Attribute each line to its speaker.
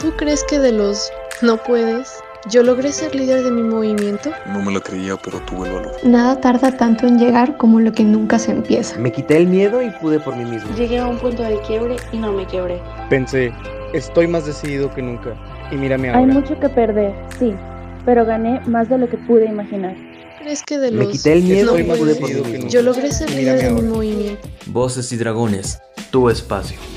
Speaker 1: ¿Tú crees que de los no puedes, yo logré ser líder de mi movimiento?
Speaker 2: No me lo creía, pero tuve el valor.
Speaker 3: Nada tarda tanto en llegar como lo que nunca se empieza.
Speaker 4: Me quité el miedo y pude por mí mismo.
Speaker 5: Llegué a un punto de quiebre y no me quiebré.
Speaker 6: Pensé, estoy más decidido que nunca. Y mírame ahora.
Speaker 7: Hay mucho que perder, sí, pero gané más de lo que pude imaginar.
Speaker 1: ¿Crees que de
Speaker 4: Me
Speaker 1: los
Speaker 4: quité el miedo
Speaker 1: no
Speaker 4: y pude
Speaker 1: puedes,
Speaker 4: por mí mismo.
Speaker 1: yo logré ser líder de mi movimiento?
Speaker 8: Voces y Dragones, tu espacio.